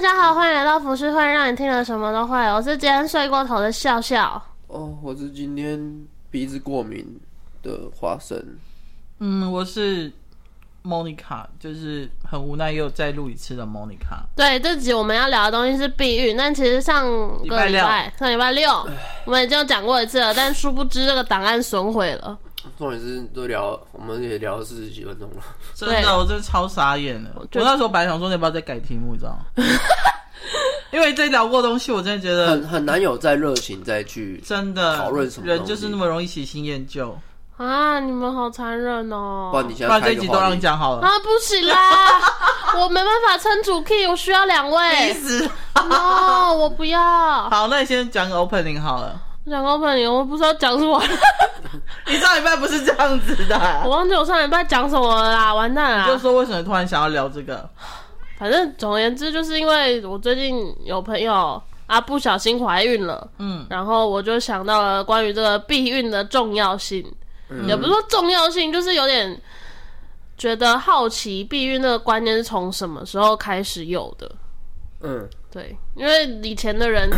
家好，欢迎来到服饰会，让你听了什么都会。我是今天睡过头的笑笑。哦，我是今天鼻子过敏的花生。嗯，我是 Monica，就是很无奈又再录一次的 Monica。对，这集我们要聊的东西是避孕，但其实上礼个拜礼六拜上礼拜六我们已经有讲过一次了，但殊不知这个档案损毁了。重点是都聊，我们也聊了四十几分钟了。 真对的，我真的超傻眼的。我就那时候本来想说，你要不要再改题目，你知道 吗？因为这聊过的东西，我真的觉得很很难有再热情再去，真的讨论什么东西人就是那么容易喜新厌旧。啊，你们好残忍哦！不然你现不在然开这一一个集都话让题你讲好了，啊，不行 啦，我没办法撑主 key，我需要两意位。思。哦，我不要。好，那你先讲个 opening 好了。讲高本你，我不知道讲什么， 你上礼拜不是这样子的、我啊忘记我上礼拜讲什么了啦，完蛋你就啦。说为什么突然想要聊这个？反正总而言之，就是因为我最近有朋友啊不小心怀孕了，嗯，然后我就想到了关于这个避孕的重要性，嗯嗯也不是说重要性，就是有点觉得好奇避孕那个观念是从什么时候开始有的。嗯，对，因为以前的 人，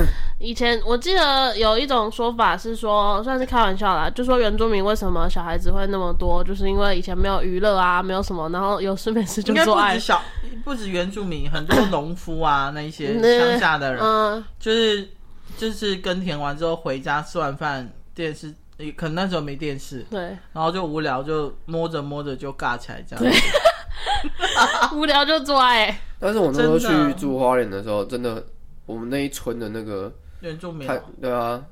以前我记得有一种说法是说，算是开玩笑啦，就说原住民为什么小孩子会那么多，就是因为以前没有娱乐啊，没有什么，然后有事没事就应该不做爱止。小，不止原住民，很多农夫啊，那一些那乡下的人，嗯，就是就是耕田完之后回家吃完饭，电视诶可能那时候没电视，对，然后就无聊就摸着摸着就尬起来这样子。 无聊就欸做爱、但是我那时候真的去住花莲的时候，真的，我们那一村的那个原住民泰哦，对啊，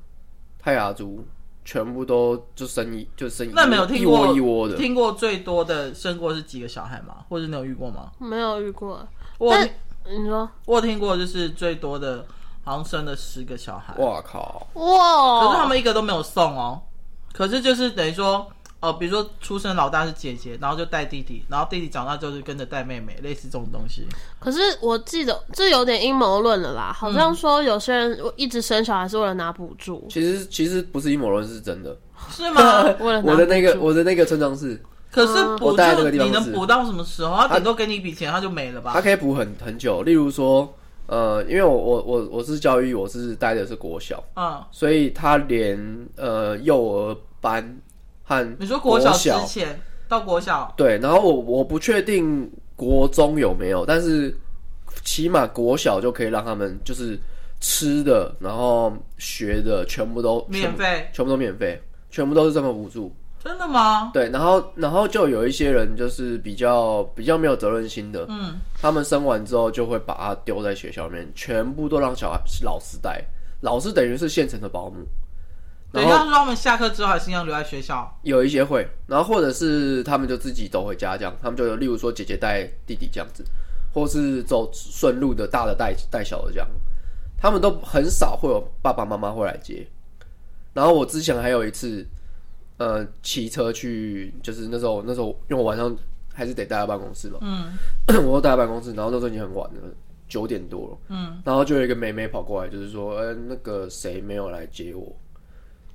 泰雅族全部都就生一就生一那没有一听过窝一窝的，听过最多的生过是几个小孩吗？或者你有遇过吗？没有遇过。我但你说，我有听过就是最多的，好像生了十个小孩，哇靠！哇，可是他们一个都没有送哦。可是就是等于说，哦，比如说出生老大是姐姐，然后就带弟弟，然后弟弟长大之后就跟着带妹妹，类似这种东西。可是我记得这有点阴谋论了啦，好像说有些人一直生小孩是为了拿补 助，其实其实不是阴谋论，是真的。是吗？为了拿我的那个补助我的那个村长是，可是补我待的那助个地方你能是补到什么时候？他顶多给你一笔钱，他就没了它吧？可以补很很久。例如说，呃，因为我我我我是教育，我是待的是国小，嗯，所以他连呃幼儿班和你说国国小之前到国小，对，然后我我不确定国中有没有，但是起码国小就可以让他们就是吃的，然后学的全部都全免费，全部都免费，全部都是政府补助。真的吗？对，然后然后就有一些人就是比较比较没有责任心的，嗯，他们生完之后就会把它丢在学校里面，全部都让小孩老师带，老师等于是现成的保姆，然等一下后说他们下课之后还是一样留在学校，有一些会，然后或者是他们就自己走回家这样，他们就有例如说姐姐带弟弟这样子，或是走顺路的大的带带小的这样，他们都很少会有爸爸妈妈会来接。然后我之前还有一次，呃，骑车去，就是那时候那时候因为我晚上还是得待在办公室嘛，嗯我都待在办公室，然后那时候已经很晚了，九点多了，嗯，然后就有一个妹妹跑过来，就是说，呃，那个谁没有来接我，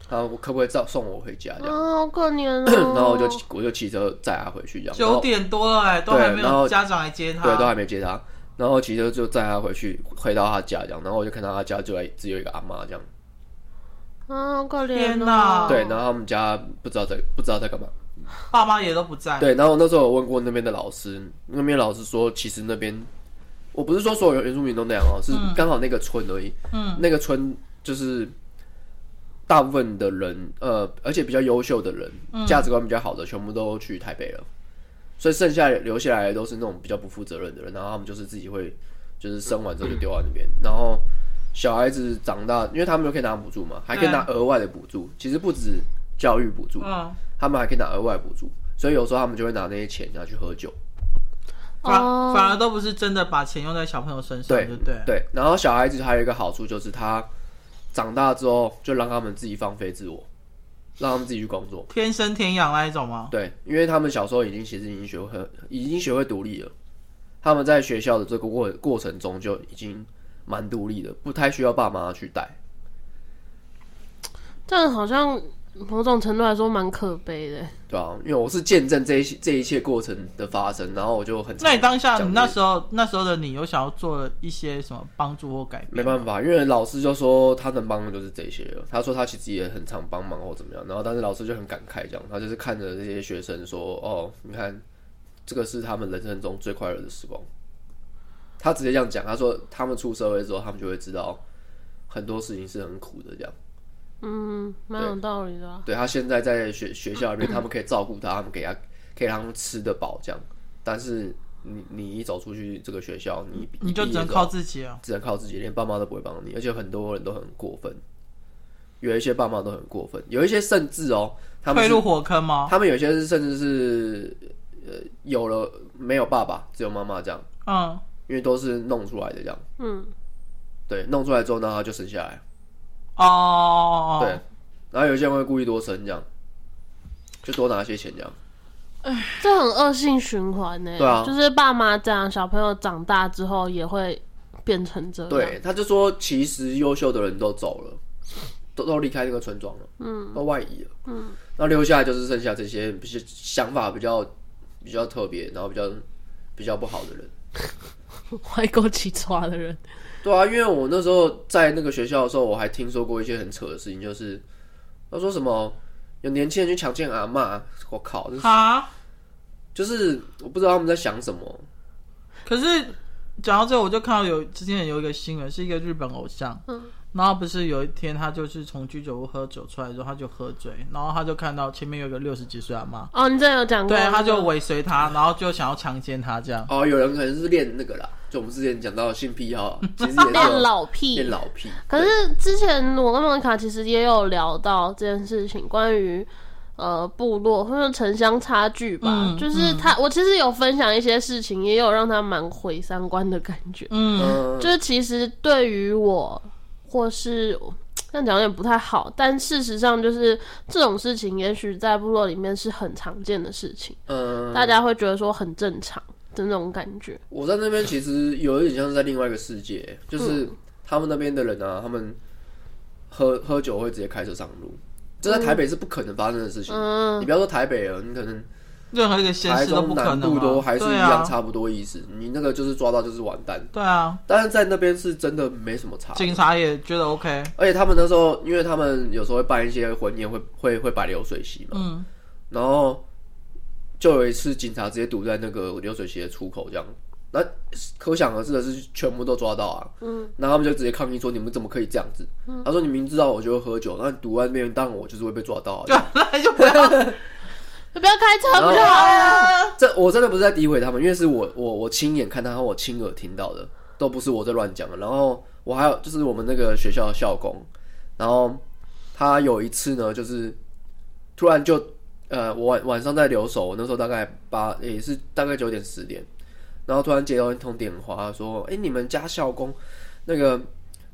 然后我可不可以照送我回家这样？啊，好可怜哦。 然后我就骑我就骑车载她回去这样，然九后点多了哎，都对还没然有后家长来接他，对都还没接她，然后骑车就载她回去，回到她家这样，然后我就看到她家就在只有一个阿妈这样，啊，好可天怜哦哪。对，然后他们家不知道在不知道在干嘛，爸妈也都不在，对，然后那时候我问过那边的老师，那边老师说，其实那边我不是说所有原住民都那样哦、是刚好那个村而已。嗯，那个村就是大部分的人，呃，而且比较优秀的人，嗯价、值观比较好的，全部都去台北了，所以剩下留下来的都是那种比较不负责任的人，然后他们就是自己会就是生完之后就丢在那边，然后。小孩子长大，因为他们又可以拿补助嘛，还可以拿额外的补助。其实不止教育补助，嗯，他们还可以拿额外补助，所以有时候他们就会拿那些钱拿去喝酒。反哦反而都不是真的把钱用在小朋友身上，对啊对不对？对，然后小孩子还有一个好处就是他长大之后就让他们自己放飞自我，让他们自己去工作。天生天养那一种吗？对，因为他们小时候已经其实已经学会很已经学会独立了，他们在学校的这个过过程中就已经蛮独立的，不太需要爸妈去带。但好像某种程度来说蛮可悲的。对啊，因为我是见证这一切这一切过程的发生，然后我就很那你当下讲你那这时候那时候的你有想要做一些什么帮助或改变？没办法，因为老师就说他能帮的就是这些了。他说他其实也很常帮忙或怎么样，然后但是老师就很感慨，这样他就是看着这些学生说：“哦，你看，这个是他们人生中最快乐的时光。”他直接这样讲，他说他们出社会之后，他们就会知道很多事情是很苦的。这样，嗯，蛮有道理的啊、对他现在在学学校里面，他们可以照顾他，他们给他可以让他们吃得饱这样。但是你你一走出去这个学校，你你就只能靠。靠自己啊。只能靠自己，连爸妈都不会帮你，而且很多人都很过分，有一些爸妈都很过分，有一些甚至哦，他们退是入火坑吗？他们有些是甚至是呃有了没有爸爸，只有妈妈这样，嗯，因为都是弄出来的这样，嗯，对，弄出来之后呢，他就生下来，哦，对，然后有些人会故意多生这样，就多拿一些钱这样，这很恶性循环呢、对啊就是爸妈这样，小朋友长大之后也会变成这样。，对，他就说其实优秀的人都走了，都都离开这个村庄了，嗯，都外移了，嗯，那留下来就是剩下这些比较想法比较比较特别，然后比较比较不好的人。歪勾起抓的人，对啊，因为我那时候在那个学校的时候，我还听说过一些很扯的事情，就是他说什么有年轻人去强奸阿嬷，我靠，这哈，就是我不知道他们在想什么。可是讲到这，我就看到有之前有一个新闻，是一个日本偶像，嗯然后不是有一天他就是从居酒屋喝酒出来之后，他就喝醉，然后他就看到前面有一个六十几岁阿 妈，哦，你之前有讲过，对，他就尾随他，然后就想要强奸他这样。哦，有人可能是练那个啦，就我们之前讲到的性癖好，其实也 是练老练屁。老癖。可是之前我跟莫妮卡其实也有聊到这件事情，关于呃部落或者城乡差距吧，嗯就是他，我其实有分享一些事情，也有让他蛮毁三观的感觉。对嗯，嗯，就是其实对于我，或是这样讲有点不太好，但事实上就是这种事情，也许在部落里面是很常见的事情，嗯，大家会觉得说很正常的那种感觉。我在那边其实有一点像是在另外一个世界，就是嗯他们那边的人啊，他们喝喝酒会直接开车上路，这在台北是不可能发生的事情。嗯你不要说台北了，你可能任何一个县台市都中不可南能、部啊，都还是一对样啊，差不多意思。你那个就是抓到就是完蛋，对啊，但是在那边是真的没什么差。警察也觉得 OK，而且他们那时候，因为他们有时候会办一些婚宴，会会会摆流水席嘛，嗯，然后就有一次警察直接堵在那个流水席的出口，这样，那可想而知的是全部都抓到啊。嗯，然后他们就直接抗议说：“你们怎么可以这样子？”他说：“你明知道我就会喝酒，那你堵在那边，当然我就是会被抓到、啊。那就不要不要开车不就好了？这我真的不是在诋毁他们，因为是我我我亲眼看到和我亲耳听到的，都不是我在乱讲的。然后我还有就是我们那个学校的校工，然后他有一次呢，就是突然就呃，我晚晚上在留守，我那时候大概八也是大概九点十点，然后突然接到一通电话，他说：“哎、你们家校工那个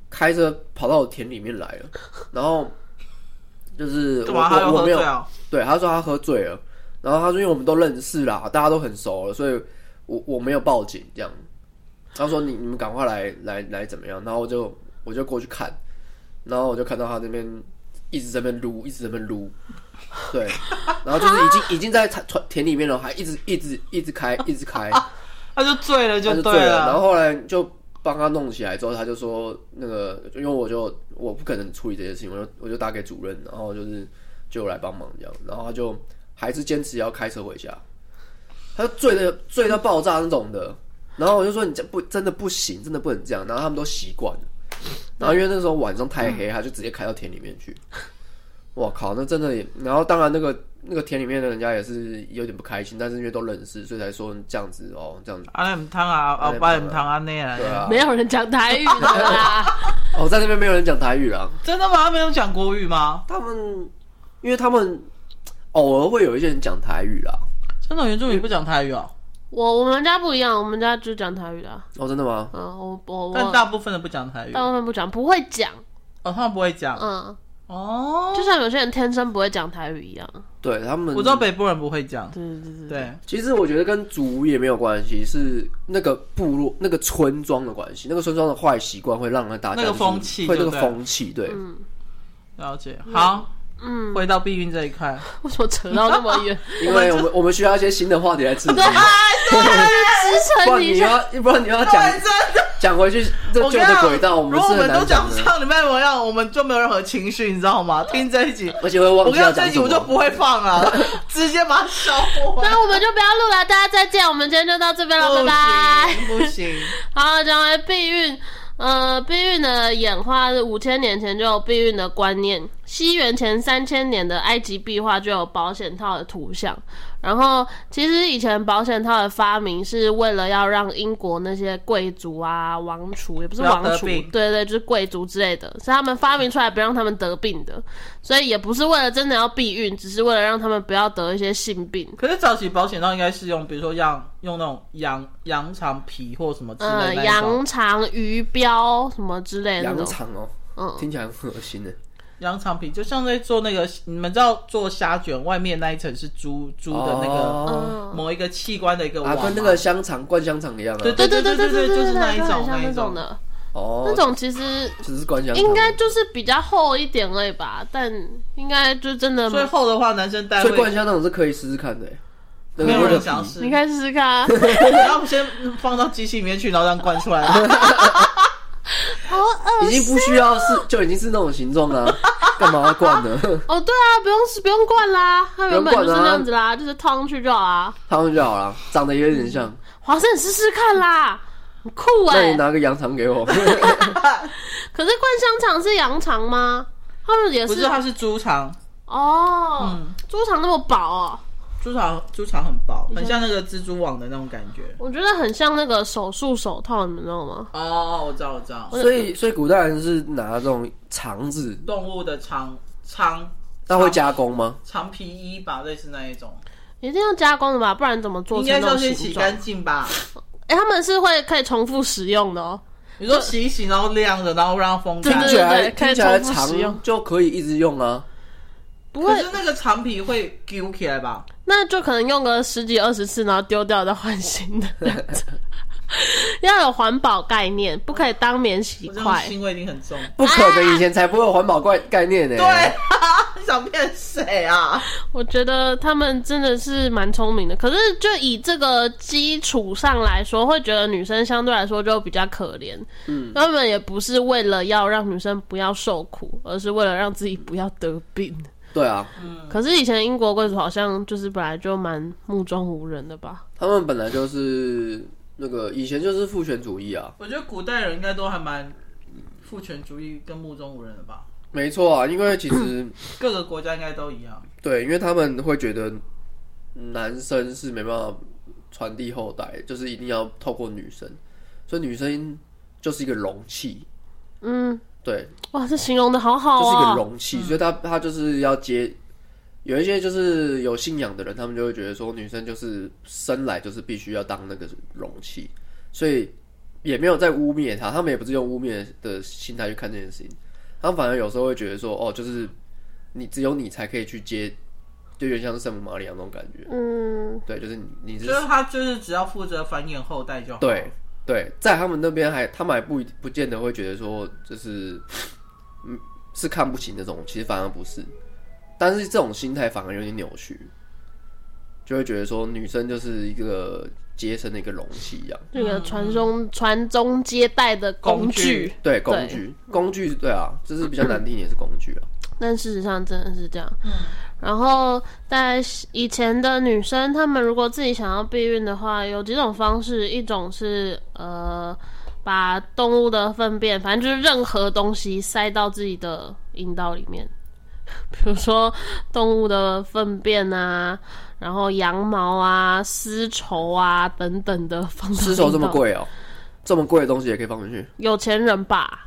开车跑到我田里面来了。”然后就是 干我嘛？他又我我喝没醉有啊？对，他说他喝醉了，然后他说因为我们都认识啦，大家都很熟了，所以我我没有报警这样。他说你你们赶快来来来怎么样？然后我就我就过去看，然后我就看到他那边一直在那边撸，一直在那边撸，对，然后就是已经已经在田田里面了，还一直一直一直开一直开，他就醉了他就对醉了。然后后来就帮他弄起来之后，他就说那个，因为我就我不可能处理这些事情，我就我就打给主任，然后就是就有来帮忙这样，然后他就还是坚持要开车回家，他就醉的醉到爆炸那种的。然后我就说你这不真的不行，真的不能这样。然后他们都习惯了。然后因为那时候晚上太黑，他就直接开到田里面去。我靠，那真的也……然后当然那个那个田里面的人家也是有点不开心，但是因为都认识，所以才说这样子哦，这样子。阿姆汤啊，啊阿巴姆汤啊那对啊，啊，没有人讲台语的 啦，哦，在那边没有人讲台语啦。真的吗？他没有讲国语吗？他们，因为他们偶尔会有一些人讲台语啦。真的原住民不讲台语哦，我我们家不一样，我们家就讲台语的啊。哦，真的吗？嗯，我我但我大部分的不讲台语大哦，部分不讲，不会讲。他们不会讲嗯，哦。就像有些人天生不会讲台语一样。对他们，我知道北部人不会讲，对对对对，对，其实我觉得跟族也没有关系，是那个部落、那个村庄的关系。那个村庄的坏习惯会让大家那个就是风气会就那个对风气，对，嗯了解。好，嗯，回到避孕这一 块，为什么扯到那么 远？因为我们我们需要一些新的话题来刺激，啊支不撑然你一你下。要不然你要讲哎真的。讲回去这我旧跟你的讲轨道，我如们果是很我们都难讲讲的，上礼拜模样，我们就没有任何情绪，你知道吗？听这一集，而且会忘我记跟你讲这讲什一集我就不么。会 放了，直接把它消化。 那我们就不要录了，大家再见。我们今天就到这边了，拜拜。不行，不行，好，讲回避孕。呃，避孕的演化是五千年前就有避孕的观念，西元前三千年的埃及壁画就有保险套的图像。然后，其实以前保险套的发明是为了要让英国那些贵族啊、王储，也不是不要王得储，病对对，就是贵族之类的，是他们发明出来不让他们得病的，所以也不是为了真的要避孕，只是为了让他们不要得一些性病。可是早期保险套应该是用，比如说像用那种羊羊肠皮或什么之呃，类的那一种羊肠、鱼标什么之类的那羊种。肠哦，嗯听起来很恶心的。羊肠皮，就像在做那个，你们知道做虾卷外面那一层是猪猪的那个哦，嗯，某一个器官的一个啊，网嘛，跟那个香肠灌香肠一样啊。对对对对对就是那一对，种很像那一那种种的，哦，那种其实只是灌香肠，应该就是比较厚一点而已吧，但应该就真的，最后的话，男生戴所以灌会香肠是可以试试看的欸。那没个为有了人皮想试，你可以试试看 啊。然后先放到机器里面去，然后这样灌出来。好恶已经不需要啊是就已经是那种形 状了啊，干嘛要灌呢？哦，对啊，不用是不用灌啦，它原本不用灌啊就是那样子啦，就是套上去就好啦。他们就好了，长得也有点像。华生，你试试看啦，很酷那哎、你拿个羊肠 给我，可是灌香肠是羊肠吗？他们也不是是，它是猪肠，哦，嗯猪肠那么薄哦，猪肠猪肠很薄，很像那个蜘蛛网的那种感觉。我觉得很像那个手术手套，你们知道吗？哦哦，我知道，我知道，所以所以古代人是拿这种肠子，动物的肠肠那会加工吗？肠皮衣吧，类似那一种，一定要加工的吧，不然怎么做应成该是那要种先洗形状？干净吧。哎、他们是会可以重复使用的哦。你说洗一洗，然后晾着，然后让它风干。听对起来对对可以听起来重复使用肠就可以一直用啊。不可会是，那个肠皮会揪起来吧？那就可能用个十几二十次，然后丢掉再换新的。这样子 要有环保概念，不可以当免洗我这种筷。腥味一定很重。啊不可能，以前才不会有环保概概念欸呢、对啊，你想骗谁啊？我觉得他们真的是蛮聪明的，可是就以这个基础上来说，会觉得女生相对来说就比较可怜。嗯，他们也不是为了要让女生不要受苦，而是为了让自己不要得病。对啊，嗯可是以前英国贵族好像就是本来就蛮目中无人的吧？他们本来就是那个以前就是父权主义啊，我觉得古代人应该都还蛮父权主义跟目中无人的吧，没错啊，因为其实各个国家应该都一样。对，因为他们会觉得男生是没办法传递后代，就是一定要透过女生，所以女生就是一个容器，嗯，对，哇，这形容的好好就是一啊！个容器，所以他他就是要接。有一些就是有信仰的人，他们就会觉得说，女生就是生来就是必须要当那个容器，所以也没有在污蔑她，他们也不是用污蔑的心态去看这件事情，他们反而有时候会觉得说，哦，就是你只有你才可以去接，就有点像是圣母玛利亚那种感觉，嗯，对，就是你你是就是他就是只要负责繁衍后代就好。对，对，在他们那边还他们还不一不见得会觉得说就是嗯是看不起那种，其实反而不是，但是这种心态反而有点扭曲，就会觉得说女生就是一个接生的一个容器一样，这个传宗传宗接代的工工具具，对，工具工具对啊，就是比较难听也是工具啊，嗯但事实上真的是这样。嗯然后在以前的女生，她们如果自己想要避孕的话，有几种方式，一种是呃把动物的粪便，反正就是任何东西塞到自己的阴道里面， 比如说动物的粪便啊，然后羊毛啊、丝绸啊等等的放到丝绸这阴么道，贵哦、这么贵的东西也可以放进 去，有钱人吧？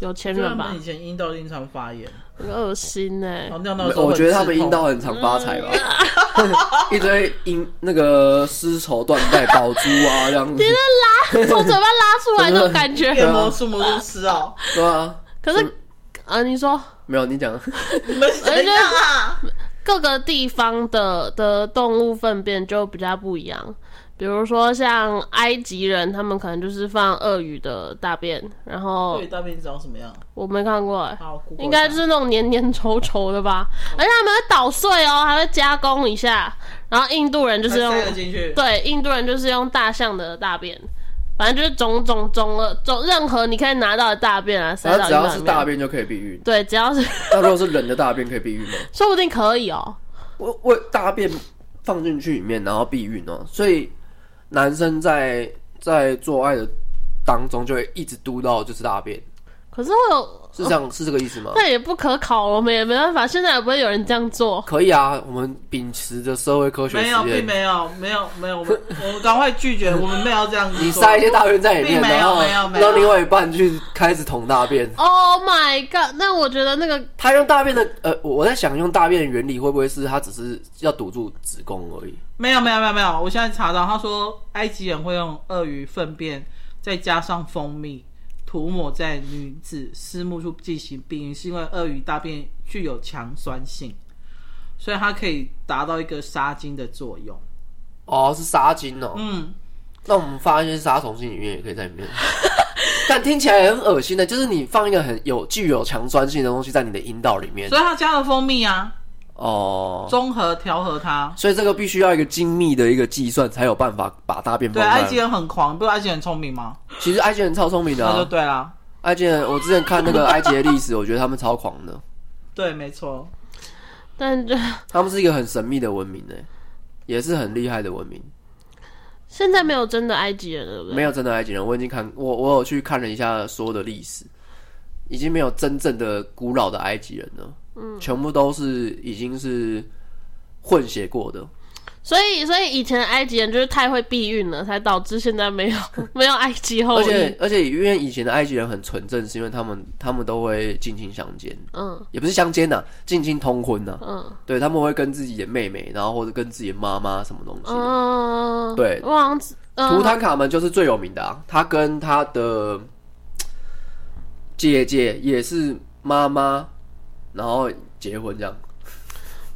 有钱就他人吧们以，前阴道经常发炎，很恶心欸呢、然后尿尿的时候我很嗯觉得他们刺痛阴道很常发财吧， 一堆阴那个丝绸缎带宝珠啊这 样子，从嘴巴拉出来那种感觉。变魔术魔术师哦， 对啊。可是，啊，你说没有，你讲你们谁呀、啊？各个地方的的动物粪便就比较不一样。比如说像埃及人，他们可能就是放鳄鱼的大便，然哦后对，大便长什么样？我没看过、欸，好，Google 应该一就下是那种黏黏稠稠的吧，而且他们会捣碎哦，还会加工一下。然后印度人就是用还塞了进去，对，印度人就是用大象的大便，反正就是种种种了种任何你可以拿到的大便啊，塞然到后一只要是大碗里面。便就可以避孕，对，只要是 那如果是人的大便可以避孕吗？说不定可以哦、 我我大便放进去里面，然后避孕哦、所以男生在在做爱的当中就会一直嘟到就是大便，可是我有，是这样、是这个意 思吗？那也不可考，哦我们也没办法，现在也不会有人这样做。可以啊，我们秉持着社会科学没有，实并验，没有，没有，没有，我们我们赶快拒绝，我们没有这样子。你塞一些大便在里面，并没有然后没有没有让另外一半去开始捅大便。 Oh my god！那我觉得那个他用大便的呃，我我在想用大便的原理会不会是他只是要堵住子宫而已？没有没有没有没有，我现在查到他说埃及人会用鳄鱼粪便再加上蜂蜜涂抹在女子私密处进行避孕，是因为鳄鱼大便具有强酸性，所以它可以达到一个杀精的作用。哦，是杀精哦。嗯，那我们放一些杀虫剂里面也可以在里面。 但听起来很恶心的，就是你放一个很有具有强酸性的东西在你的阴道里面所以它加了蜂蜜啊，哦，综合调和它。所以这个必须要一个精密的一个计算才有办法把大便对，放埃及在。人很狂，不是埃及人聪明吗？其实埃及人超聪明的、那就啊，对啦，埃及人我之前看那个埃及的历史，我觉得他们超狂的，对，没错。但就他们是一个很神秘的文明呢、欸也是很厉害的文明。现在没有真的埃及人了，对不对？没有真的埃及人，我已经看我我有去看了一下所有的历史，已经没有真正的古老的埃及人了，嗯，全部都是已经是混血过的，哦所以，所以以前埃及人就是太会避孕了，才导致现在没有 没有埃及后而裔。且而且因为以前的埃及人很纯正，是因为他们他们都会近亲相奸，啊嗯也不是相奸呐、啊近亲通婚呐、嗯对他们会跟自己的妹妹，然后或者跟自己的妈妈什么东西的。嗯，对我好像知图嗯坦卡门就是最有名的啊，他跟他的姐姐也是妈妈，然后结婚这样，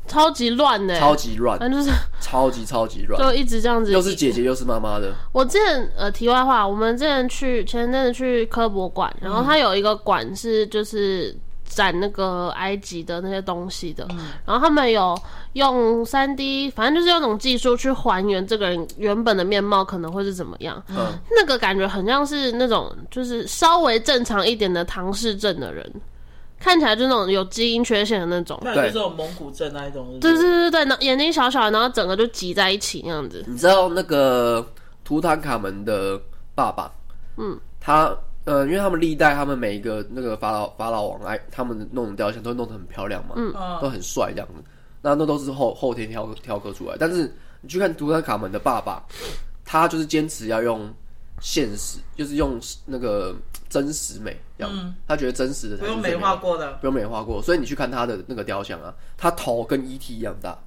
超级乱的、欸超级乱，反正就是超级超级乱，嗯就一直这样子。又是姐姐又是妈妈的，我之前呃，题外话，我们之前去前阵子去科博馆，然后它有一个馆是就是展那个埃及的那些东西的，然后他们有用三 D，反正就是用那种技术去还原这个人原本的面貌可能会是怎么样。嗯，那个感觉很像是那种就是稍微正常一点的唐氏症的人，看起来就是那种有基因缺陷的那种。那对就是有蒙古症那一种，对对对对，对，眼睛小小的，然后整个就挤在一起那样子。你知道那个图坦卡门的爸爸，嗯，他呃，因为他们历代他们每一个那个法老法老王哎，他们弄的雕像都弄得很漂亮嘛，嗯，嗯都很帅这样子。那那都是后后天挑挑刻出来，但是你去看图坦卡门的爸爸，他就是坚持要用现实，就是用那个真实美这样子，他觉得真实的才嗯不是用最美美化过的。不用美化过，所以你去看他的那个雕像啊，他头跟 E.T. 一样大，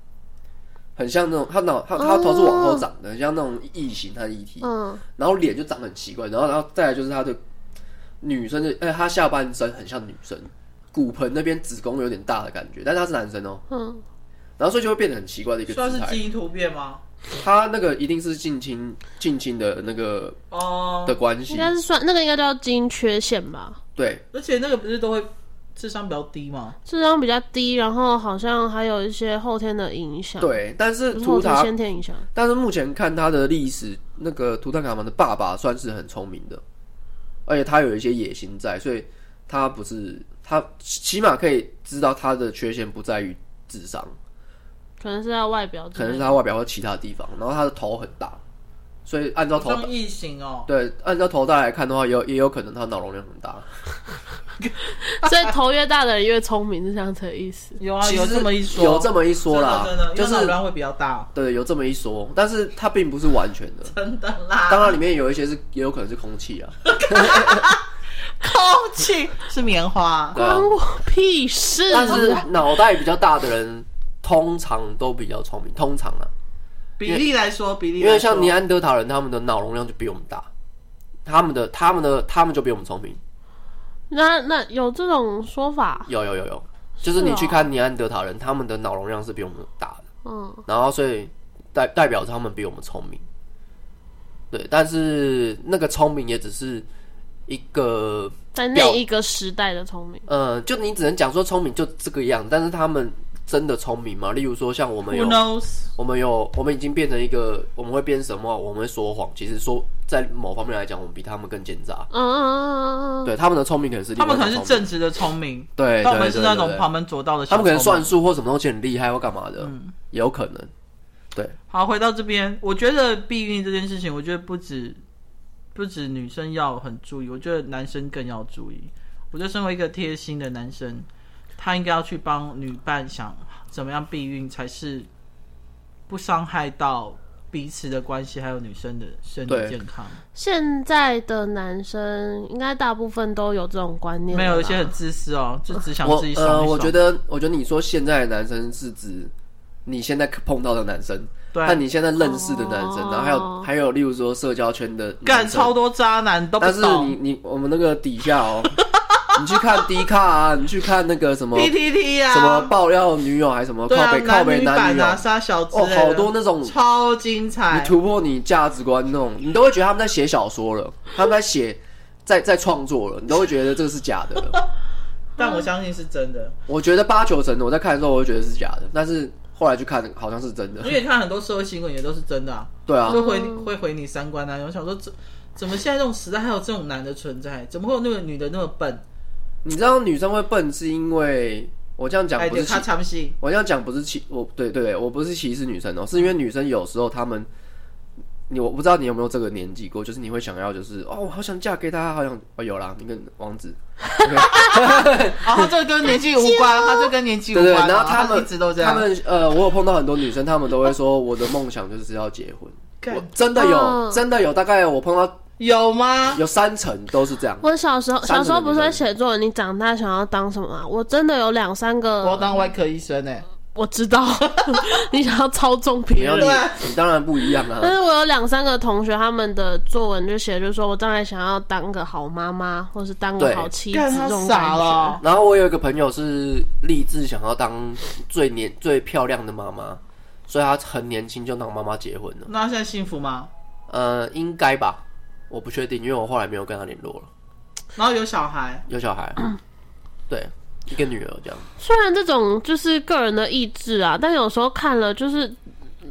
很像那种他脑他他头是往后长的，很像那种异形他的 E E.T.，嗯，然后脸就长得很奇怪，然后然后再来就是他的女生的，哎、他下半身很像女生，骨盆那边子宫有点大的感觉，但是他是男生哦，嗯，然后所以就会变得很奇怪的一个算姿是态，基因突变吗？他那个一定是近亲近亲的那个哦、的关应系，该是算那个应该叫基因缺陷吧，对，而且那个不是都会智商比较低吗？智商比较低，然后好像还有一些后天的影响，，对，但是不是图后天塔先天影响。但是目前看他的历史，那个图坦卡蒙的爸爸算是很聪明的，而且他有一些野心在，所以他不是他起码可以知道他的缺陷不在于智商，可能是他外表之可类的，能是他外表或其他地方。然后他的头很大，所以按照头像异形哦，对按照头大来看的话，也有也有可能他脑容量很大。所以头越大的人越聪明，是这样子的意 思。有啊，其有实这么一说，有这么一说啦，真的真的，就因为脑是容量会比较大，对有这么一说，但是他并不是完全的。真的啦。当然，里面有一些是也有可能是空气啊，空气是棉花，对啊关我屁事！但是脑袋比较大的人，通常都比较聪明，通常啊，比例来说，比例因为像啊尼安德塔人，他们的脑容量就比我们大，他们的、他们的、他们就比我们聪明。那那有这种说法，有有有有，就是是哦你去看尼安德塔人，他们的脑容量是比我们大的，嗯，然后所以代代表着他们比我们聪明。对，但是那个聪明也只是一个在那表一个时代的聪明，呃，就你只能讲说聪明就这个样，但是他们真的聪明吗？例如说像我们有 Who knows？我们有，我们已经变成一个，我们会变什么？我们会说谎。其实说在某方面来讲，我们比他们更奸诈。嗯嗯嗯嗯嗯嗯，对，他们的聪明可能是他们可另能是外一种聪明，正直的聪明，对，但我对们是那对种对旁门左道的他小们可能聪明算嗯术或什么东西很厉害或干嘛的，也有可能。好，回到这边，我觉得避孕这件事情，我觉得不止不止女生要很注意，我觉得男生更要注意。我觉得身为一个贴心的男生，他应该要去帮女伴想怎么样避孕才是不伤害到彼此的关系，还有女生的身体对健康。现在的男生应该大部分都有这种观念了没吧，有一些很自私哦，就只想我自己爽一呃，爽。我觉得，我觉得你说现在的男生是指你现在碰到的男生，对和你现在认识的男生，哦然后还有还有，例如说社交圈的干男生超多渣男都不但是懂你你我们那个底下哦，你去看 D 卡啊，你去看那个什么 PTT 啊，什么爆料女友还是什么对靠啊，北靠北女男版女友啊，，杀小之哦，类的好多那种你超精彩。突破你价值观那种，你都会觉得他们在写小说了，他们在写在在创作了，你都会觉得这个是假的了。但我相信是真的，我觉得八九成的我在看的时候，我会觉得是假的，但是后来去看好像是真的因。为你看很多社会新闻也都是真嗯的啊，对啊会，回你会回你三观啊。我想说，怎怎么现在这种时代还有这种男的存在？怎么会有那个女的那么笨？你知道女生会笨是因为我这样讲哎，不就是歧他，唱戏，我这样讲不是歧，我对对对，我不是歧视女生哦、是因为女生有时候她们。你我不知道你有没有这个年纪过，就是你会想要，就是哦，我好想嫁给他，好想哦有啦，你跟王子， 哦，他这个跟年纪无 关，他这跟年纪无对对，关啊。然后他他们一直都这他样。们呃，我有碰到很多女生，她们都会说我的梦想就是要结婚。干我真的有，嗯真的有，大概我碰到有吗？有三成都是这样。我小时候三小个女生时候不是会写作文，你长大想要当什么、啊？我真的有两三我要个，当外科医生欸呢。我知 道你想要操纵你别要人你对，啊你当然不一样但啊。是我有两三个同学，他们的作文就写，就是说我将来想要当个好妈妈，或是当个对好妻子干嗯这他种感傻觉了。。然后我有一个朋友是立志想要当最年最漂亮的妈妈，所以她很年轻就当妈妈结婚了。那他现在幸福吗？呃，应该吧，我不确定，因为我后来没有跟她联络了。然后有小孩，有小孩，嗯对，一个女儿这样。虽然这种就是个人的意志啊，但有时候看了就是，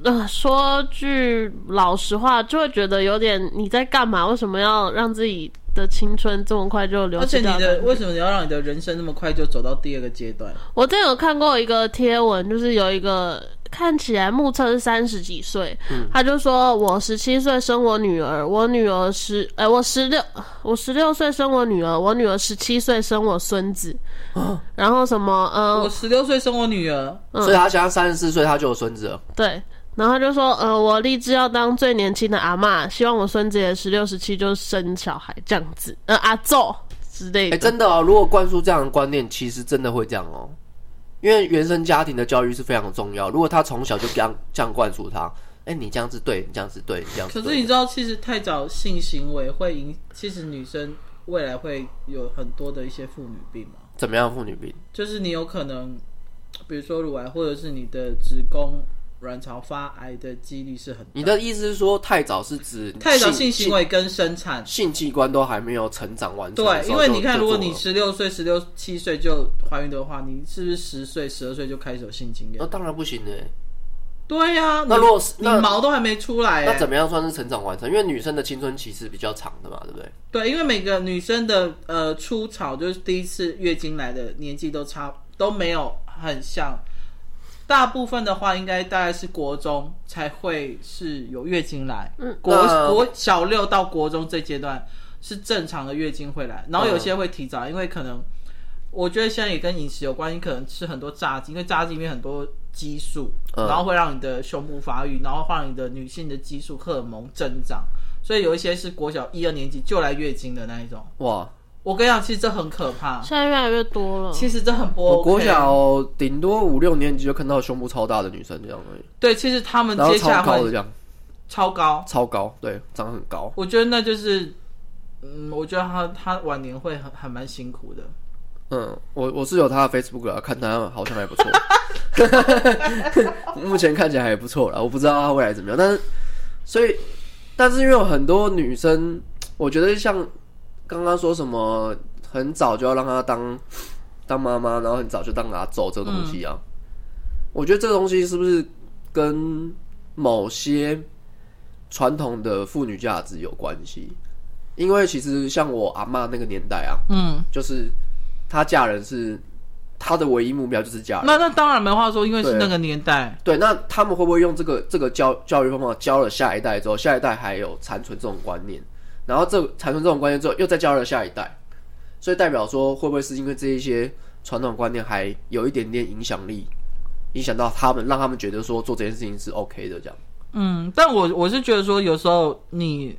呃，说句老实话，就会觉得有点你在干嘛？为什么要让自己的青春这么快就流而且逝掉？你的为什么你要让你的人生那么快就走到第二个阶段？我之前有看过一个贴文，就是有一个看起来目测是三十几岁，嗯他就说我十七岁生我女儿，我女儿十，哎、我十六，我十六岁生我女儿，我女儿十七岁生我孙子，啊然后什么，我呃，十六岁生我女儿，所以她想要三十四岁，她就有孙子了。对。然后他就说，呃，我立志要当最年轻的阿嬷，希望我孙子也十六、十七就生小孩这样子，呃，阿昼之类哎、的。真的哦，如果灌输这样的观念，其实真的会这样哦。因为原生家庭的教育是非常重要，如果他从小就这样这样灌输他，哎、你这样子对，你这样子对，你这样子可对。是你知道，其实太早性行为会影，其实女生未来会有很多的一些妇女病嘛，怎么样，妇女病？就是你有可能，比如说乳癌，或者是你的子宫、卵巢发癌的几率是很你的意思是说，太早是指太早性性行为跟生产。性性器官都还没有成长完成的对，时因候为就？你看，就如果做你了十六岁、十六七岁就怀孕的话，你是不是十岁、十二岁就开始有性经那、验？当然不行呢、对呀、嗯那你如果是你那毛都还没出来、那欸，怎么样算是成长完成？因为女生的青春期是比较长的嘛，对不对？对，因为每个女生的呃初潮就是第一次月经来的年纪都差都没有很像，大部分的话应该大概是国中才会是有月经来，嗯，国那国小六到国中这阶段是正常的月经会来，然后有些会提早，因为可能我觉得现在也跟饮食有关系，可能吃很多炸鸡，因为炸鸡里面很多激素，嗯然后会让你的胸部发育，然后会让你的女性的激素荷尔蒙增长，所以有一些是国小一二年级就来月经的那一种。哇，我跟你讲，其实这很可啊怕，现在越来越多了。其实这很不嗯 OK。我国小顶多五六年级就看到胸部超大的女生这样而已，对，其实他们然后接下超来高的会这样，超高，超高，对，长得很高。我觉得那就是，嗯，我觉得他他晚年会很还蛮辛苦的。嗯，我我是有他的 Facebook 啊，看他好像还不错， 目前看起来还不错啦，我不知道他未来怎么样，但是所以但是因为有很多女生，我觉得像刚刚说什么，很早就要让她当当妈妈，然后很早就当阿走这个东西啊，我觉得这个东西是不是跟某些传统的妇女价值有关系？因为其实像我阿嬷那个年代啊，嗯，就是她嫁人是她的唯一目标就是嫁人。那那当然没话说，因为是对那个年代，对，那他们会不会用这个这个教教育方法教了下一代之后，下一代还有残存这种观念，然后这残存这种观念之后又再教了下一代，所以代表说会不会是因为这一些传统观念还有一点点影响力，影响到他们，让他们觉得说做这件事情是 OK 的这样？嗯，但我我是觉得说，有时候你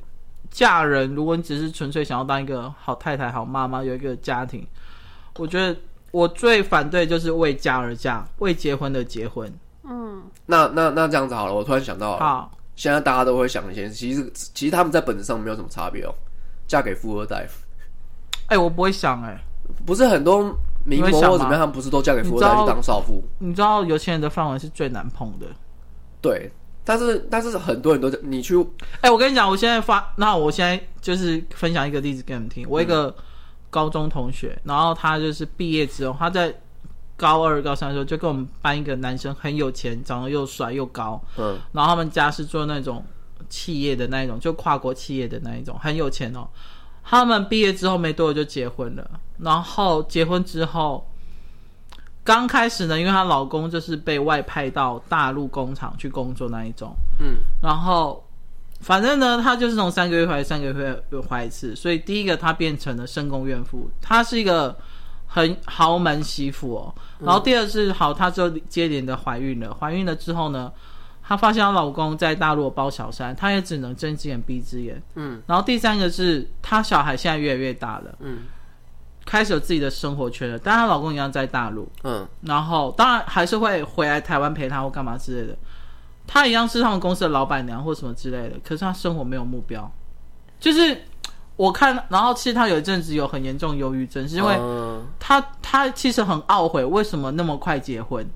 嫁人，如果你只是纯粹想要当一个好太太、好妈妈，有一个家庭，我觉得我最反对就是为嫁而嫁，为结婚的结婚。嗯，那那那这样子好了，我突然想到了，好，现在大家都会想一些，其实其实他们在本质上没有什么差别哦，嫁给富二代，哎、我不会想、哎，不是很多名模你会想或怎么吗样，他们不是都嫁给富二代你知道去当少妇？你知道有钱人的饭碗是最难碰的。对，但是但是很多人都在你去哎、我跟你讲，我现在发，那我现在就是分享一个例子给你们听。我一个高中同学，然后他就是毕业之后，他在高二、高三的时候就跟我们班一个男生很有钱，长得又帅又高，嗯然后他们家是做那种企业的那一种，就跨国企业的那一种，很有钱哦。他们毕业之后没多久就结婚了，然后结婚之后，刚开始呢，因为她老公就是被外派到大陆工厂去工作那一种，嗯然后反正呢，她就是从三个月怀三个月怀一次，所以第一个她变成了深宫怨妇，她是一个很豪门媳妇哦。然后第二是好，她就接连的怀孕了，怀孕了之后呢，她发现她老公在大陆包小三，她也只能睁只眼闭只眼。嗯然后第三个是她小孩现在越来越大了，嗯开始有自己的生活圈了，但她老公一样在大陆。嗯然后当然还是会回来台湾陪他或干嘛之类的。她一样是他们公司的老板娘或什么之类的，可是她生活没有目标。就是我看，然后其实她有一阵子有很严重忧郁症，是因为嗯她她其实很懊悔，为什么那么快结婚，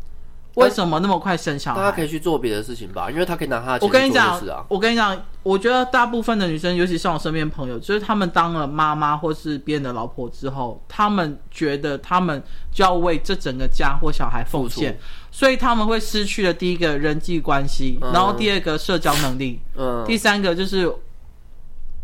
为什么那么快生小大家孩。可以去做别的事情吧，因为他可以拿他的钱我跟你去做讲这事啊，。我跟你讲，我觉得大部分的女生，尤其像我身边朋友，就是她们当了妈妈或是别人的老婆之后，她们觉得她们就要为这整个家或小孩奉献付，所以她们会失去了第一个人际关系，嗯然后第二个社交能力，嗯，第三个就是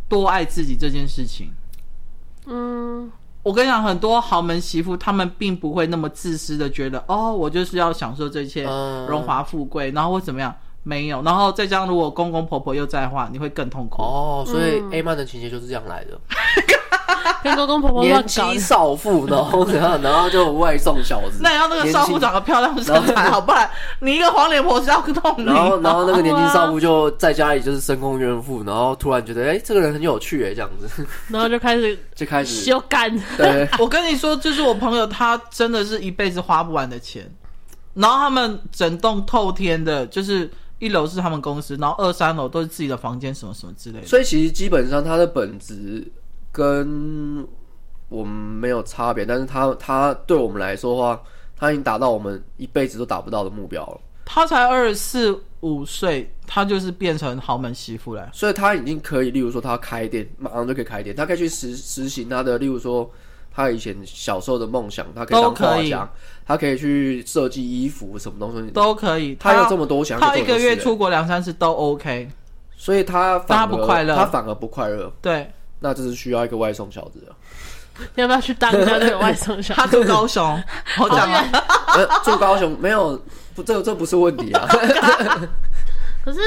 多爱自己这件事情。 嗯，我跟你讲，很多豪门媳妇，她们并不会那么自私的觉得，哦，我就是要享受这些嗯荣华富贵，然后或怎么样，没有。然后再加上如果公公婆婆又在的话，你会更痛苦。哦，所以 A 曼的情节就是这样来的，跟公公婆婆乱年搞轻，少妇，然后怎 样，然后就外送小子，那也要那个少妇长得漂亮身材好，不然你一个黄脸婆是要痛你。然后然后那个年轻哇少妇就在家里就是深宫怨妇，然后突然觉得哎、这个人很有趣哎、这样子 然后就开始就开始修改。对，我跟你说，就是我朋友，他真的是一辈子花不完的钱。然后他们整栋透天的，就是一楼是他们公司，然后二三楼都是自己的房间，什么什么之类的。所以其实基本上它的本质跟我们没有差别，但是它它对我们来说的话，它已经达到我们一辈子都达不到的目标了，他才二十四五岁，他就是变成豪门媳妇了。所以它已经可以，例如说它开店，马上就可以开店，它可以去实实行它的，例如说。他以前小时候的梦想，他可以当都画可以家，他可以去设计衣服什么东西，都可以。他他有这么多想要他做一的事个月欸出国两三次都 OK。所以他反而但他不快乐他反而不快乐，对，那这是需要一个外送小子的。你要不要去当一下这个外送小？他住高雄， 好讲啊，呃，住高雄没有，不，这这不是问题啊。可是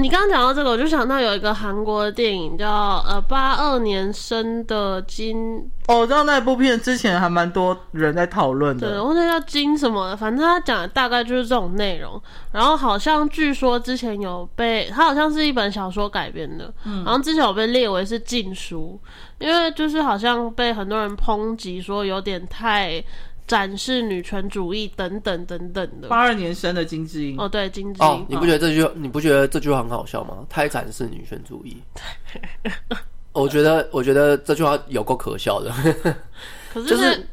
你刚刚讲到这个，我就想到有一个韩国的电影叫呃八二年生的金，哦我知道那部片之前还蛮多人在讨论对，的。我那叫金什么的，反正他讲的大概就是这种内容。然后好像据说之前有被，它好像是一本小说改编的，然后之前有被列为是禁书，因为就是好像被很多人抨击说有点太展示女权主义等等等等的八。二年生的金智英，哦，对，金枝哦，你英，嗯不觉得这句你不觉得这句话很好笑吗？太展示女权主义。 我觉得，我觉得这句话有够可笑的。 可是、就是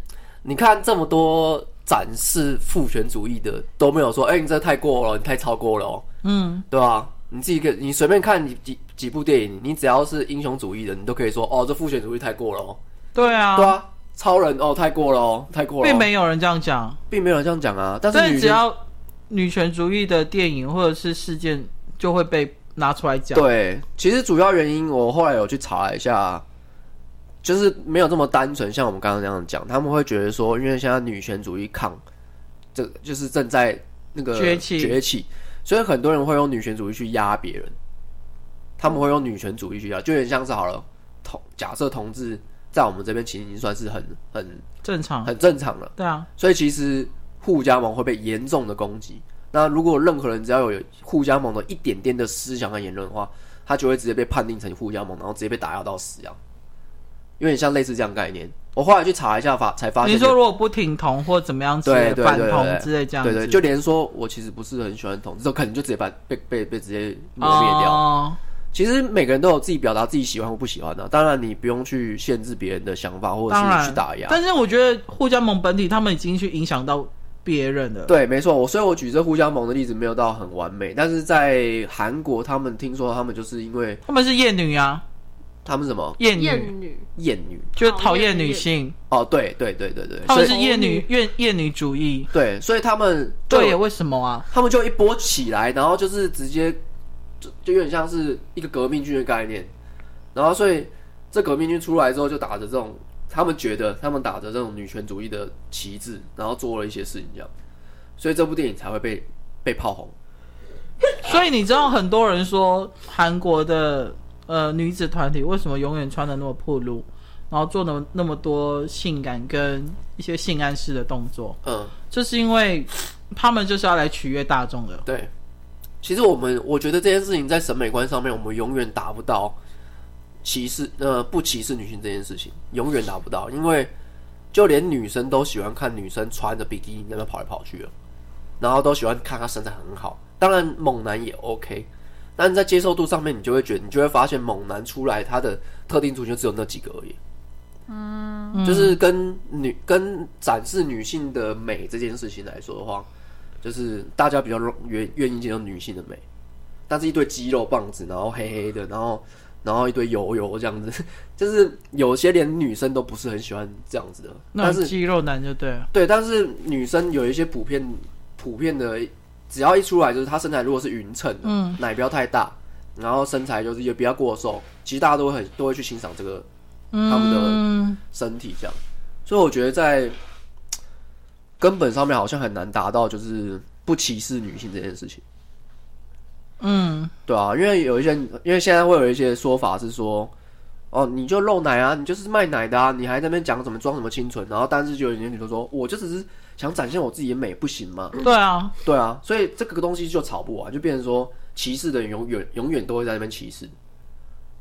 你看这么多展示父权主义的都没有说，哎、你这太过了，你太超过了、哦，嗯，对吧、你自己跟你随便看几几几部电影，你只要是英雄主义的，你都可以说哦，这父权主义太过了哦。对啊，对啊，超人哦，太过了哦，太过了哦、并没有人这样讲，并没有人这样讲啊。但是但女只权要女权主义的电影或者是事件就会被拿出来讲。对，其实主要原因我后来有去查了一下，就是没有这么单纯，像我们刚刚那样讲，他们会觉得说，因为现在女权主义抗，这就是正在那个崛起崛起，所以很多人会用女权主义去压别人，他们会用女权主义去压，就有点像是好了，同假设同志在我们这边其实已经算是很很正常。很正常了。对啊，所以其实互加盟会被严重的攻击。那如果任何人只要有互加盟的一点点的思想和言论的话，他就会直接被判定成互加盟，然后直接被打压到死啊！有点像类似这样概念。我后来去查一下发才发现有，你说如果不挺同或怎么样之对对类对的，反对同对之类这样对子，对，就连说我其实不是很喜欢同志，都可能就直接把被被被直接抹灭掉。哦其实每个人都有自己表达自己喜欢或不喜欢的、当然你不用去限制别人的想法或者当是去然打压。但是我觉得互加盟本体他们已经去影响到别人了。对，没错，我所以我举这互加盟的例子没有到很完美，但是在韩国，他们听说他们就是因为他们是厌女啊，他们什么厌厌女女，厌女就是讨厌女性，哦，对对对对对，他所们以是厌女厌厌女主义。对，所以他们就对，为什么 啊？他们就一波起来，然后就是直接就就有点像是一个革命军的概念，然后所以这革命军出来之后，就打着这种他们觉得他们打着这种女权主义的旗帜，然后做了一些事情这样，所以这部电影才会被被炮红。所以你知道很多人说韩国的呃女子团体为什么永远穿的那么暴露，然后做的那么多性感跟一些性暗示的动作，嗯，就是因为他们就是要来取悦大众的。对，其实我们我觉得这件事情在审美观上面，我们永远达不到歧视呃不歧视女性这件事情，永远达不到，因为就连女生都喜欢看女生穿着比基尼在那边跑来跑去了，然后都喜欢看她身材很好，当然猛男也 OK。但是在接受度上面，你就会觉得，你就会发现猛男出来，他的特定族群就只有那几个而已。嗯，就是跟女跟展示女性的美这件事情来说的话，就是大家比较容愿愿意接受女性的美，但是一堆肌肉棒子，然后黑黑的，然后然后一堆油油这样子， 就是有些连女生都不是很喜欢这样子的。那但是种肌肉男就对了，对，但是女生有一些普遍普遍的，只要一出来就是她身材如果是匀称的，嗯奶不要太大，然后身材就是也不要过瘦，其实大家都会很都会去欣赏这个他们的嗯，身体这样。所以我觉得在根本上面好像很难达到就是不歧视女性这件事情。嗯，对啊，因为有一些，因为现在会有一些说法是说，哦，你就露奶啊，你就是卖奶的啊，你还在那边讲什么装什么清纯，然后但是就有些女生说，我就只是想展现我自己的美，不行吗？对啊，对啊，所以这个东西就吵不完，就变成说歧视的人永远永远都会在那边歧视。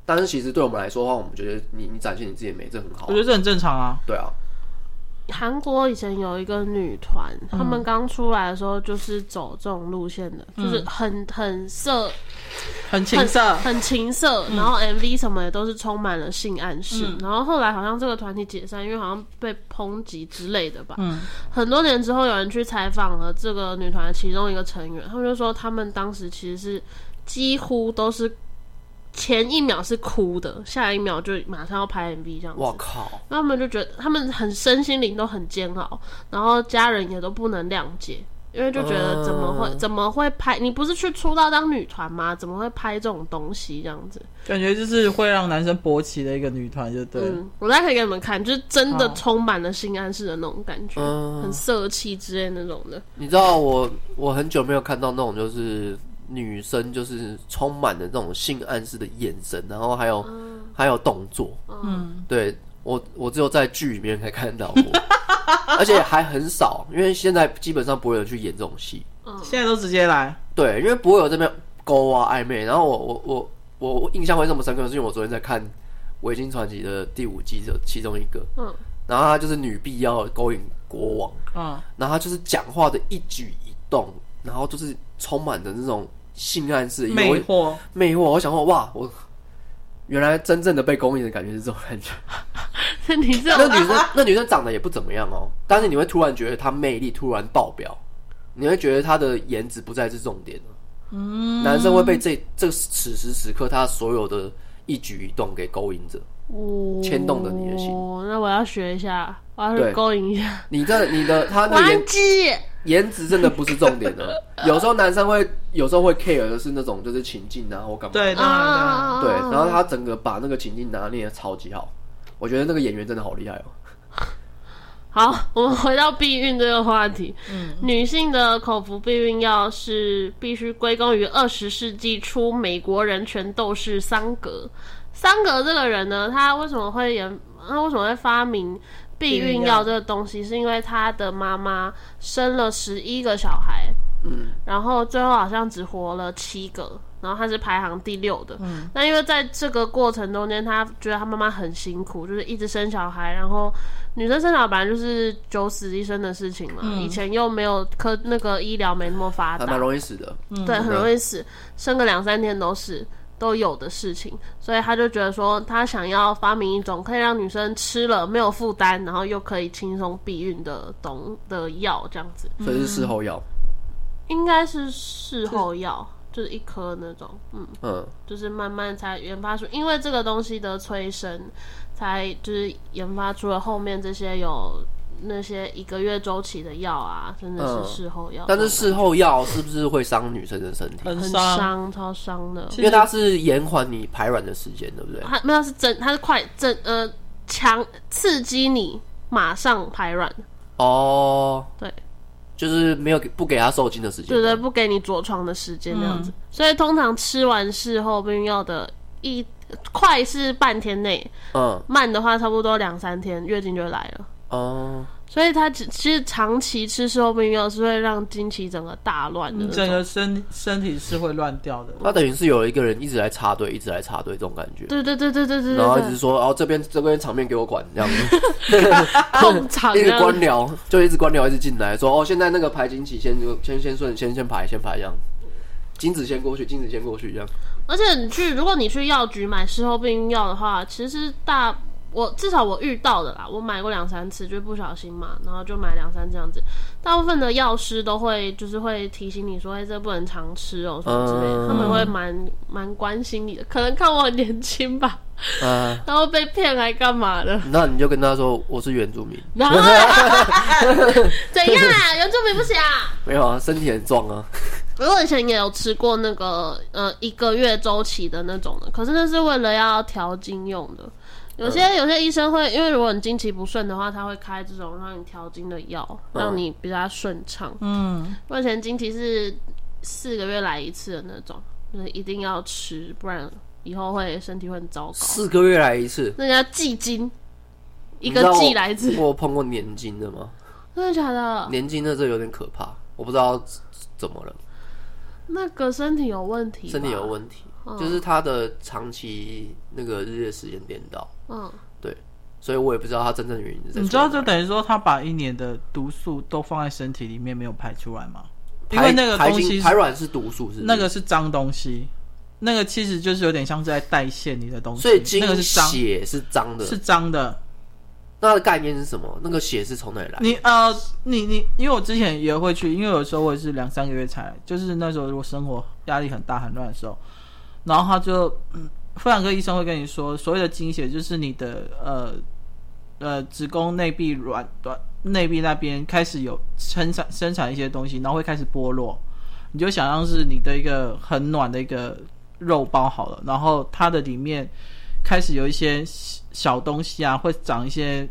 但是其实对我们来说的话，我们觉得你你展现你自己的美，这很好我。觉得这很正常啊。对啊，韩国以前有一个女团，嗯她们刚出来的时候就是走这种路线的，嗯就是很很色，很情色，很情色，嗯然后 MV 什么的都是充满了性暗示。然后后来好像这个团体解散，因为好像被抨击之类的吧。嗯很多年之后，有人去采访了这个女团的其中一个成员，他们就说他们当时其实是几乎都是前一秒是哭的，下一秒就马上要拍 MV 这样子。我靠，那他们就觉得他们很身心灵都很煎熬，然后家人也都不能谅解，因为就觉得怎么会、嗯怎么会拍？你不是去出道当女团吗？怎么会拍这种东西这样子？感觉就是会让男生勃起的一个女团，就对了。嗯，我大概可以给你们看，就是真的哦好充满了性暗示的那种感觉，嗯很色气之类那种的。 你知道我我很久没有看到那种就是女生就是充满了那种性暗示的眼神，然后还有、还有动作，嗯，对我我只有在剧里面才看到过， 而且还很少，因为现在基本上不会有人去演这种戏，现在都直接来，对，因为不会有这边勾啊暧昧，然后我我我我我印象会这么深刻，是因为我昨天在看《维京传奇》的第五季的其中一个，嗯，然后他就是女婢要勾引国王。嗯，然后他就是讲话的一举一动，然后就是充满着那种性暗示、魅有惑，魅惑。我想说，哇，我原来真正的被勾引的感觉是这种感觉。你这那种女生，那女生长得也不怎么样哦，但是你会突然觉得她魅力突然爆表，你会觉得她的颜值不再是重点了嗯，男生会被这这此时此刻他所有的一举一动给勾引着。哦牵动着你的心那我要学一下，我要去对勾引一下。你的你的他的颜玩具，颜值真的不是重点的，有时候男生会有时候会 care 的是那种就是情境啊或干嘛，对，当然当啊然，对，哦然后他整个把那个情境拿捏的超级好，我觉得那个演员真的好厉害哦。好，我们回到避孕这个话题。女性的口服避孕药是必须归功于二十世纪初美国人权斗士桑格。桑格这个人呢，他为什么会研，他为什么会发明避避孕孕药药这个东西？是因为他的妈妈生了十一个小孩，嗯，然后最后好像只活了七个。然后他是排行第六的，嗯，那因为在这个过程中间，他觉得他妈妈很辛苦，就是一直生小孩，然后女生生小孩本来就是九死一生的事情嘛，以前又没有科那个医疗没那么发还达，蛮容易死的，对，很容易死，生个两三天都是都有的事情，所以他就觉得说，他想要发明一种可以让女生吃了没有负担，然后又可以轻松避孕的东的药，这样子所以是事后药。应该是事后药，就是一颗那种，嗯，嗯，就是慢慢才研发出，因为这个东西的催生，才就是研发出了后面这些有那些一个月周期的药啊，真的嗯是事后药，但是事后药是不是会伤女生的身体？很很伤，伤，超伤的。因为它是延缓你排卵的时间，对不对？它没有是整，它是快整呃强刺激你马上排卵，哦，对，就是没有给不给她受精的时间。对对，不给你着床的时间这嗯样子。所以通常吃完事后避孕药的一快是半天内，嗯，慢的话差不多两三天月经就会来了。哦，所以它只其实长期吃事后避孕药是会让经期整个大乱的那你种。整个身身体是会乱掉的。那等于是有一个人一直来插队，一直来插队这种感觉。对对对对对对然后一嗯对直对，说，哦，这边这边场面给我管，这样子，控场一这直样官僚就一直官僚一直进来说，哦，现在那个排经期先先先顺先先排先排这样，精子先过去，精子先过去这样。而且你去，如果你去药局买事后避孕药的话，其实大我至少我遇到的啦，我买过两三次，就不小心嘛，然后就买两三这样子。大部分的药师都会就是会提醒你说，哎、这不能常吃哦、什么之类的，嗯他们会蛮蛮关心你的。可能看我很年轻吧， 啊，然后被骗来干嘛 的？那你就跟他说我是原住民，然后 怎样啊？原住民不行啊？没有啊，身体很壮啊。我以前也有吃过那个呃一个月周期的那种的，可是那是为了要调经用的。有嗯些、有些医生会，因为如果你经期不顺的话，他会开这种让你调经的药，嗯让你比较顺畅。嗯，我以前经期是四个月来一次的那种，就是一定要吃，不然以后会身体会很糟糕。四个月来一次，那叫季经，一一个季来一次，我有碰过年经的吗？真的假的？年经的这有点可怕，我不知道怎么了，那个身体有问题，身体有，问题，哦就是他的长期那个日夜时间颠倒， 嗯，所以我也不知道他真正的原因是在你知道哪就等于说他把一年的毒素都放在身体里面没有排出来吗？因排为那个排东西精是排卵是毒素，是不是那个，是脏东西，那个其实就是有点像是在代谢你的东西，所以经那个是脏，血是脏的，是脏的。那它的概念是什么？那个血是从哪里来？你呃，你你，因为我之前也会去，因为有时候我也是两三个月才来，就是那时候如果生活压力很大很乱的时候，然后他就，嗯，妇产科医生会跟你说，所谓的经血就是你的呃呃子宫内壁软软内壁那边开始有生产生产一些东西，然后会开始剥落，你就想象是你的一个很暖的一个肉包好了，然后它的里面开始有一些小小东西啊，会长一些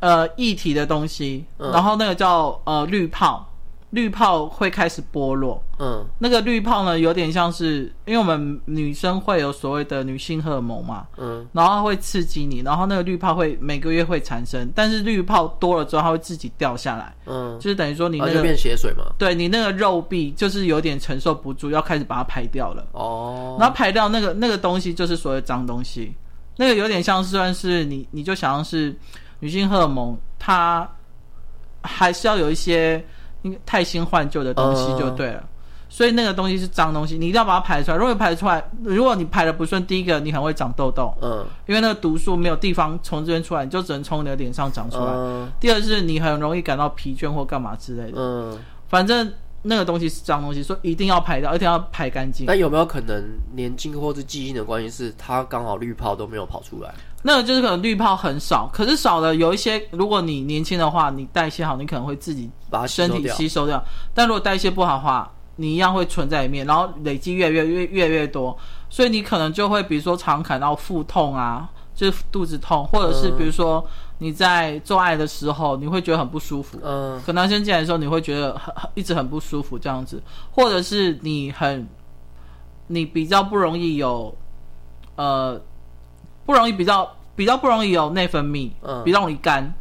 呃液体的东西，嗯然后那个叫呃滤泡，滤泡会开始剥落。嗯那个滤泡呢，有点像是，因为我们女生会有所谓的女性荷尔蒙嘛，嗯，然后它会刺激你，然后那个滤泡会每个月会产生，但是滤泡多了之后，它会自己掉下来，嗯，就是等于说你然后那就个、变血水嘛。对你那个肉壁就是有点承受不住，要开始把它排掉了。哦，然后排掉那个那个东西就是所谓脏东西，那个有点像是算是你你就想象是女性荷尔蒙，它还是要有一些应该太新换旧的东西嗯就对了。所以那个东西是脏东西，你一定要把它排出来。如果你排出来，如果你排的不顺，第一个你很会长痘痘，嗯因为那个毒素没有地方从这边出来，你就只能从你的脸上长出来。嗯第二是你很容易感到疲倦或干嘛之类的。嗯，反正那个东西是脏东西，所以一定要排掉，一定要排干净。那有没有可能年纪或是记忆的关系，是它刚好绿泡都没有跑出来？那个就是可能滤泡很少，可是少了有一些，如果你年轻的话，你代谢好，你可能会自己把它吸身收体掉？吸收掉。但如果代谢不好的话，你一样会存在里面，然后累积越来越越越来越多，所以你可能就会比如说常感到腹痛啊，就是肚子痛，或者是比如说你在做爱的时候，你会觉得很不舒服。嗯，可能先进来的时候，你会觉得很很一直很不舒服这样子，或者是你很你比较不容易有呃不容易比较比较不容易有内分泌，嗯比较容易干。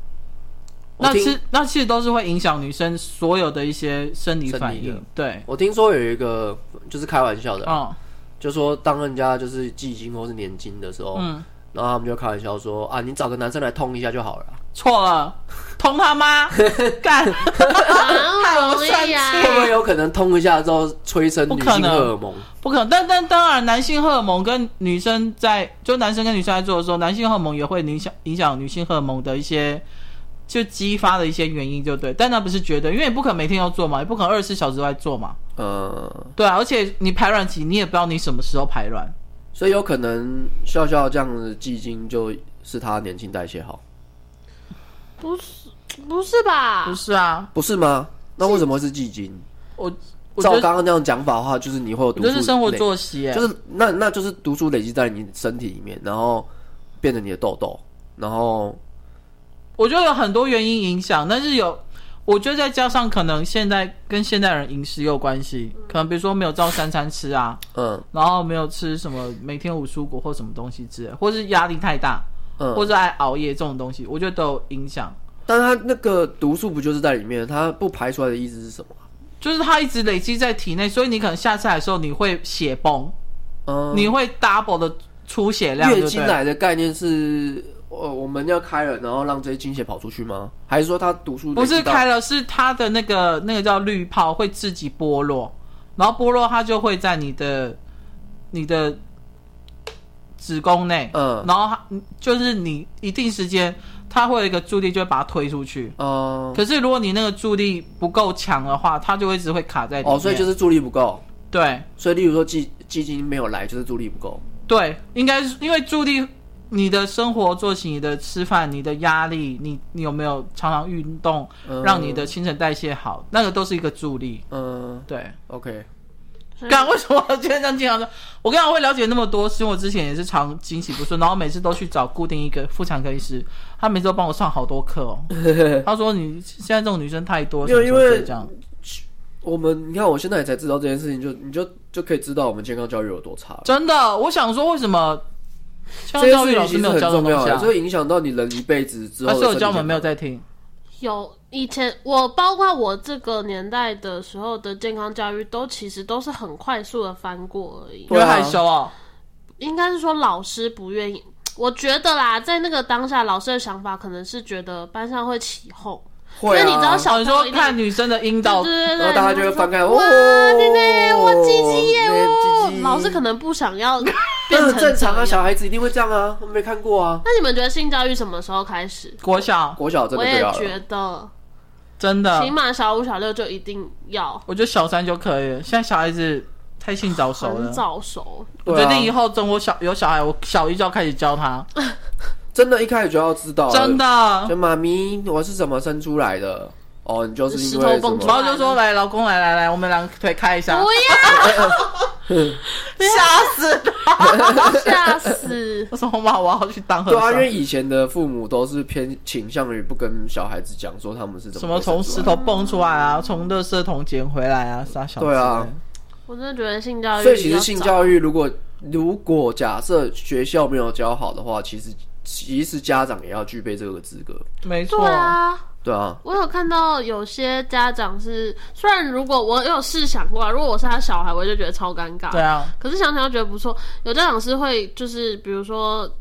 我那听其那其实都是会影响女生所有的一些生理反生理应的，对，我听说有一个就是开玩笑的，嗯就说当人家就是记经或是年经的时候，嗯，然后他们就开玩笑说啊，你找个男生来痛一下就好了。啊错了，通 他妈干，哪容易啊？会不会有可能痛一下之后催生女不可性能荷尔蒙？不可能。但但当然，男性荷尔蒙跟女生在就男生跟女生在做的时候，男性荷尔蒙也会影响影响女性荷尔蒙的一些就激发的一些原因，就对。但那不是绝对，因为你不可能每天要做嘛，也不可能二十四小时都在做嘛，呃，对啊。而且你排卵期，你也不知道你什么时候排卵，所以有可能笑笑这样的记经就是他年轻代谢好，不是不是吧不？是啊？不是吗？那为什么会是记经？我我照觉得刚刚那样讲法的话，就是你会有我毒觉素得累，是生活作息、欸，就是那那就是毒素累积在你身体里面，然后变成你的痘痘，然后我觉得有很多原因影响，但是有，我觉得再加上可能现在跟现代人饮食也有关系，可能比如说没有照三餐吃啊，嗯然后没有吃什么每天五蔬果或什么东西之类，或是压力太大，嗯，或者爱熬夜这种东西，我觉得都有影响。但它那个毒素不就是在里面？它不排出来的意思是什么？就是它一直累积在体内，所以你可能下次来的时候你会血崩，嗯，你会 double 的出血量，月对不经对？来的概念是，呃，我们要开了，然后让这些经血跑出去吗？还是说它毒素不是开了？了，是它的那个那个叫滤泡会自己剥落，然后剥落它就会在你的你的子宫内，嗯然后它就是你一定时间，它会有一个助力就会把它推出去。哦、可是如果你那个助力不够强的话，它就会一直会卡在里面。哦，所以就是助力不够，对所以例如说基基金没有来，就是助力不够。对，应该是因为助力。你的生活作息、你的吃饭、你的压力，你你有没有常常运动，嗯让你的新陈代谢好？那个都是一个助力。嗯对， ，OK， 嗯干为什么今天这样经常说？我跟你讲，我会了解那么多，是因为我之前也是常经期不顺，然后每次都去找固定一个妇产科医师，他每次都帮我上好多课哦。他说你现在这种女生太多，没有什么时候因为可以这样，我们你看，我现在也才知道这件事情，就你就就可以知道我们健康教育有多差了。真的，我想说为什么像这件教事育情老其师实没有很教这种重东要西的，啊这？会影响到你人一辈子之后而的身体健康。是有教我们没有在听，有以前我包括我这个年代的时候的健康教育，都其实都是很快速的翻过而已因。对为啊害羞哦。应该是说老师不愿意，我觉得啦，在那个当下，老师的想法可能是觉得班上会起哄，会啊，因为你知道小小时候看女生的阴道对，对对，哦然后大家就会翻开，哇，妹妹，我鸡鸡耶，我我鸡鸡老师可能不想要变这成很 正常啊，这样小孩子一定会这样啊，我没看过啊。那你们觉得性教育什么时候开始？国小国小真我的也不要觉了，啊得，真的起，码小五、小六就一定要，我觉得小三就可以了。现在小孩子太性早熟很了。早熟。我对决啊定以后等我小有小孩，我小一就要开始教他，真的，一开始就要知道，真的。，就妈咪，我是怎么生出来的？哦，你就是因石为头什蹦出么？来然后就说来，老公来来来，我们两个腿开一不 啊下，要吓死他！吓死！我说妈，我要去当和对啊，因为尚，以前的父母都是偏倾向于不跟小孩子讲说他们是怎什么么被生从出石来头蹦出来啊，从垃圾桶捡回来啊，傻小子。对啊，我真的觉得性教育，所以其实性教育如果如果假设学校没有教好的话，其实其实家长也要具备这个资格，没错对，啊。对啊，我有看到有些家长是，虽然如果我有试想过啊，如果我是他小孩，我就觉得超尴尬。对啊，可是想想又觉得不错。有家长是会就是比如说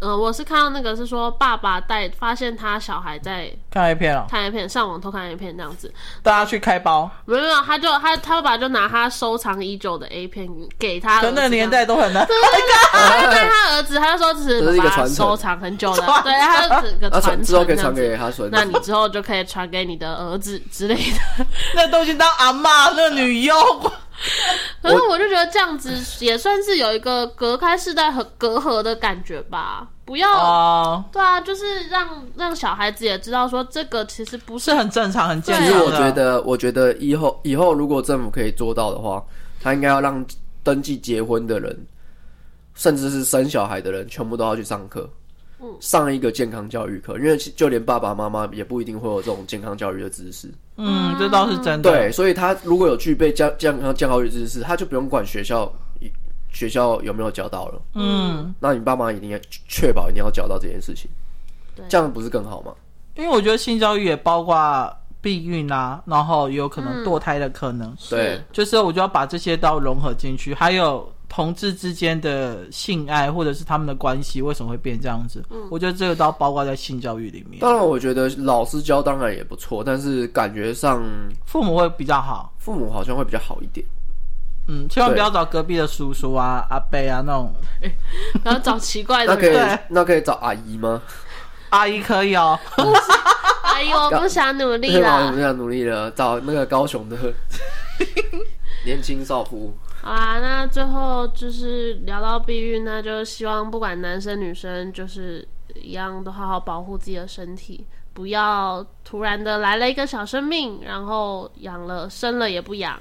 嗯、我是看到那个是说爸爸带发现他小孩在看 A 片哦，看 A 片，上网偷看 A 片这样子，大家去开包，没有没有，他就他他爸爸就拿他收藏已久的 A 片给他儿可子那个看年代都很难。他就对他儿子，他就说只这是是一个把它传承收藏很久了，对，他就整个那传传之后可以承传这样给子他孙子那。你之后就可以传给你的儿子之类的。那都已经当阿妈，那女优，可是我就觉得这样子也算是有一个隔开世代和隔阂的感觉吧，不要、哦，对 啊，就是让让小孩子也知道说这个其实不是是很正常、很健对啊康其实的。我觉得，我觉得以后以后如果政府可以做到的话，他应该要让登记结婚的人，甚至是生小孩的人，全部都要去上课，嗯上一个健康教育课，因为其就连爸爸妈妈也不一定会有这种健康教育的知识。嗯，这倒是真的。对，所以他如果有具备健健康健康教育知识，他就不用管学校学校有没有教到了。嗯，那你爸妈一定要确保一定要教到这件事情对，这样不是更好吗？因为我觉得性教育也包括避孕啊，然后也有可能堕胎的可能，对，就是我就要把这些都融合进去，还有。同志之间的性爱，或者是他们的关系，为什么会变这样子？嗯我觉得这个都要包括在性教育里面，当然，我觉得老师教当然也不错，但是感觉上父母会比较好。父母好像会比较好一点。嗯，千万不对要找隔壁的叔叔啊、阿伯啊那种然后找奇怪那的可以人。对，那可以找阿姨吗？阿姨可以哦。哎呦，我不想努力对 吧？我了们想努力了，找那个高雄的 年轻少妇。好啊！那最后就是聊到避孕，那就希望不管男生女生，就是一样都好好保护自己的身体，不要突然的来了一个小生命，然后养了生了也不养，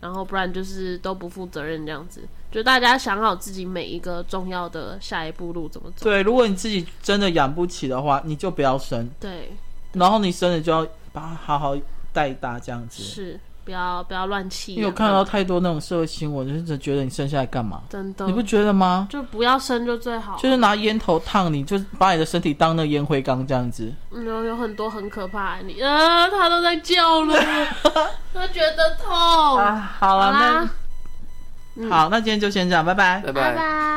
然后不然就是都不负责任这样子。就大家想好自己每一个重要的下一步路怎么走。对，如果你自己真的养不起的话，你就不要生，对，然后你生了就要把它好好带大这样子。是不要不要乱气因养。为我看到太多那种社会新闻，就是觉得你生下来干嘛？真的你，不觉得吗？就不要生就最好。就是拿烟头烫你，就是把你的身体当那烟灰缸这样子。嗯，有有很多很可怕的你啊，他都在叫了，他觉得痛。 啊，好了，啦，那好，那今天就先这样，拜拜。拜拜拜。